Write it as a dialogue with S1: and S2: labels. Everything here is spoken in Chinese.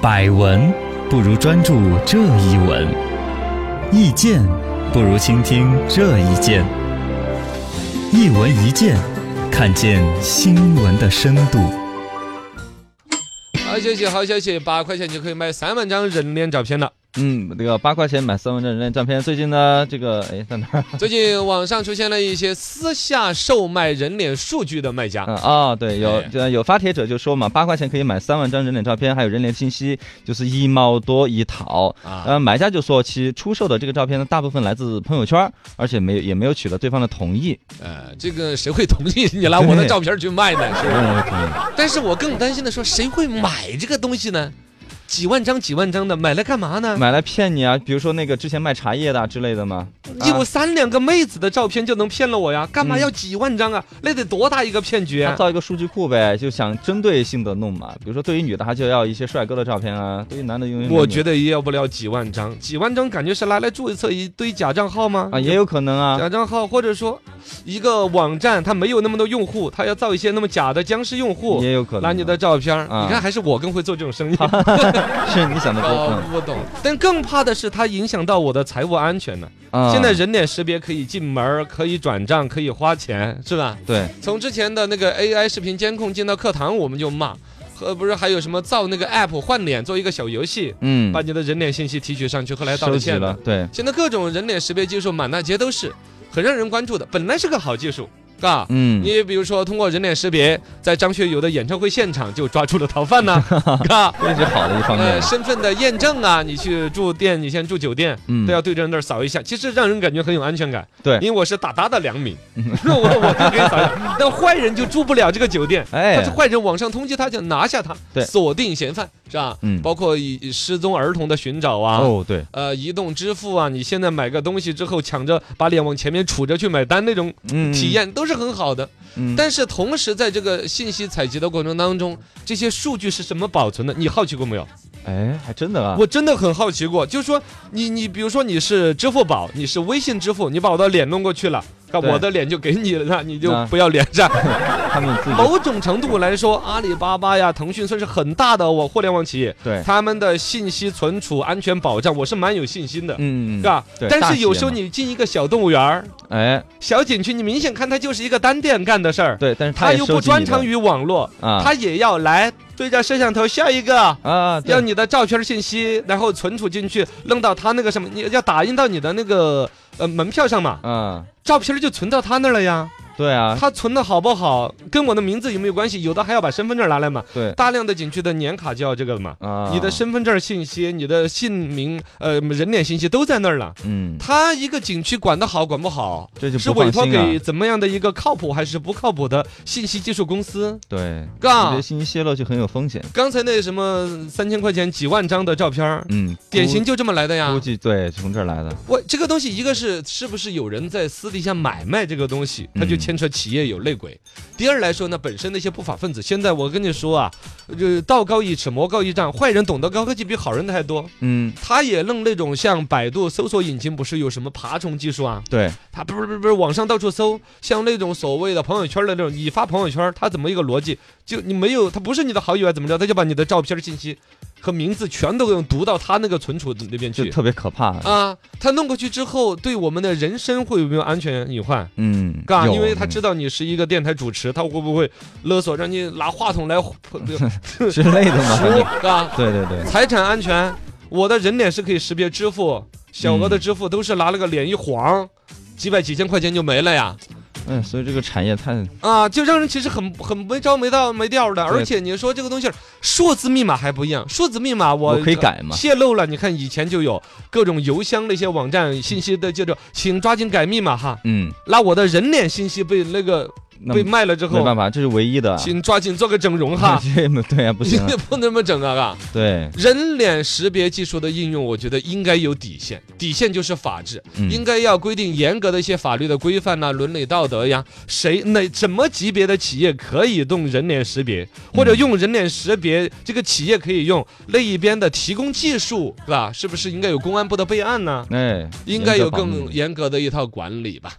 S1: 百闻不如专注这一闻，意见不如倾听这一见。一闻一见，看见新闻的深度。
S2: 好消息，好消息，八块钱就可以买三万张人脸照片 了。
S3: 嗯，这个八块钱买三万张人脸照片。最近呢，这个哎在哪儿？
S2: 最近网上出现了一些私下售卖人脸数据的卖家
S3: 嗯，啊、对，有
S2: 哎
S3: 这有发帖者就说嘛，八块钱可以买三万张人脸照片，还有人脸信息，就是一毛多一套。
S2: 啊，
S3: 呃，买家就说，其出售的这个照片呢，大部分来自朋友圈，而且没有也没有取得对方的同意。
S2: 呃，这个谁会同意你拿我的照片去卖 呢？是吧？
S3: 嗯，
S2: 但是我更担心的说，谁会买这个东西呢？几万张、几万张的买来干嘛呢？
S3: 买来骗你啊，比如说那个之前卖茶叶的啊之类的嘛。啊
S2: 有三两个妹子的照片就能骗了我呀？干嘛
S3: 嗯
S2: 要几万张啊？那得多大一个骗局
S3: 他
S2: 啊！
S3: 造一个数据库呗，就想针对性的弄嘛。比如说，对于女的，他就要一些帅哥的照片啊；对于男的，用
S2: 我觉得也要不了几万张，几万张感觉是拿来注册一堆假账号吗？
S3: 啊，也有可能啊。
S2: 假账号，或者说一个网站，它没有那么多用户，它要造一些那么假的僵尸用户，
S3: 也有可能啊
S2: 拿你的照片儿，
S3: 啊
S2: 你看还是我更会做这种 生意，
S3: 是你想的多。
S2: 搞
S3: 嗯
S2: 不懂。但更怕的是它影响到我的财务安全呢。
S3: 啊
S2: 现在人脸识别可以进门儿，可以转账，可以花钱，是吧？
S3: 对，
S2: 从之前的那个 AI 视频监控进到课堂，我们就骂。和不是还有什么造那个 app 换脸做一个小游戏，
S3: 嗯，
S2: 把你的人脸信息提取上去，后来道
S3: 收
S2: 了
S3: 集
S2: 歉
S3: 了，
S2: 的。
S3: 对，
S2: 现在各种人脸识别技术满大街都是，很让人关注的。本来是个好技术，啊，
S3: 嗯，
S2: 你比如说通过人脸识别，在张学友的演唱会现场就抓住了逃犯 呐、啊，
S3: 这是好的一方面
S2: 呃，。身份的验证啊，你去住店，你先住酒店。
S3: 嗯
S2: 都要对啊着那儿扫一下，其实让人感觉很有安全感。
S3: 对
S2: 因为我是打打的良 民，那我我就可以扫一下。但坏人就住不了这个酒店，
S3: 哎
S2: 他是坏人，网上通缉他，就拿下他，
S3: 对
S2: 锁定嫌犯，是吧？
S3: 嗯
S2: 包括以以失踪儿童的寻找啊，
S3: 哦，对，
S2: 呃，移动支付啊，你现在买个东西之后抢着把脸往前面杵着去买单那种
S3: 嗯，
S2: 体，验都是很好的。
S3: 嗯，
S2: 但是同时在这个信息采集的过程当中，这些数据是什么保存的？你好奇过没有？
S3: 哎，还真的啊，
S2: 我真的很好奇过，就是说你你比如说你是支付宝，你是微信支付，你把我的脸弄过去了。那
S3: 对
S2: 我的脸就给你了，那你就
S3: 啊
S2: 不要脸噻。
S3: 他们自己
S2: 某种程度来说，阿里巴巴呀、腾讯算是很大的我互联网企业，
S3: 对，
S2: 他们的信息存储安全保障，我是蛮有信心的，
S3: 嗯
S2: 是，吧？
S3: 对
S2: 但
S3: 大
S2: 是
S3: 企
S2: 有
S3: 业
S2: 时候
S3: 嘛
S2: 你进一个小动物园儿、
S3: 哎，
S2: 小景区，你明显看它就是一个单店干的事儿，
S3: 对，但是
S2: 它
S3: 也
S2: 又不
S3: 收集
S2: 专
S3: 你的
S2: 长于网络，
S3: 啊，
S2: 他也要来对着摄像头笑一个，
S3: 啊，对
S2: 要你的照片信息，然后存储进去，弄到他那个什么，你要打印到你的那个呃门票上嘛，
S3: 啊，
S2: 照片就存到他那儿了呀。
S3: 对啊，
S2: 他存的好不好，跟我的名字有没有关系？有的还要把身份证拿来嘛，
S3: 对
S2: 大量的景区的年卡就要这个了嘛。
S3: 啊，
S2: 你的，身份证信息、你的姓名、呃人脸信息都在那儿了。
S3: 嗯，
S2: 他一个景区管得好管不好，
S3: 这就是不
S2: 委托
S3: 放心啊
S2: 给
S3: 了。
S2: 怎么样的一个靠谱还是不靠谱的信息技术公司？
S3: 对，
S2: 嘎
S3: 这些信息泄露就很有风险。
S2: 刚才那什么三千块钱几万张的照片儿，
S3: 嗯，
S2: 典型就啊这么来的
S3: 估
S2: 呀
S3: 估。计对从这儿来的。
S2: 我这个东西，一个是是不是有人在私底下买卖这个东西，它就
S3: 嗯
S2: 牵扯企业有内鬼。第二来说呢，本身那些不法分子，现在我跟你说啊，呃，道高一尺，魔高一丈，坏人懂得高科技比好人的还多。
S3: 嗯，
S2: 他也弄那种像百度搜索引擎不是有什么爬虫技术啊，
S3: 对，
S2: 他不是不是不是网上到处搜，像那种所谓的朋友圈的那种，你发朋友圈，他怎么一个逻辑？就你没有，他不是你的好友啊，怎么着？他就把你的照片信息和名字全都用读到他那个存储那边
S3: 就
S2: 去
S3: 特别可怕。
S2: 啊。他弄过去之后，对我们的人身会有没有安全隐患？
S3: 嗯，
S2: 嘎，
S3: 有
S2: 因为他
S3: 嗯
S2: 知道你是一个电台主持，他会不会勒索让你拿话筒来 说？
S3: 之类的嘛，反正
S2: 嘎，
S3: 对对对，
S2: 财产安全，我的人脸是可以识别支付，小额
S3: 嗯
S2: 的支付都是拿了个脸一晃，几百几千块钱就没了呀。
S3: 嗯，所以这个产业太
S2: 啊，就让人其实很很没招没到没调的，
S3: 对
S2: 而且你说这个东西儿，数字密码还不一样，数字密码我
S3: 我可以改嘛
S2: 泄露了，你看以前就有各种邮箱那些网站信息的，就是请抓紧改密码哈，
S3: 嗯，
S2: 那我的人脸信息被那个
S3: 那
S2: 被
S3: 么
S2: 卖了之
S3: 没办
S2: 后，
S3: 法，这是唯一的啊，
S2: 请抓紧做个整容哈，
S3: 这没 对啊，不
S2: 你
S3: 行啊，
S2: 不能这么整啊啊！
S3: 对，
S2: 人脸识别技术的应用，我觉得应该有底线，底线就是法治，
S3: 嗯
S2: 应该要规定严格的一些法律的规范呐、伦理道德呀，谁哪什么级别的企业可以动人脸识别，或者用人脸识别，这个企业可以用那一边的提供技术，是吧？是不是应该有公安部的备案呢？
S3: 哎，
S2: 应该有
S3: 严格保护
S2: 更严格的一套管理吧。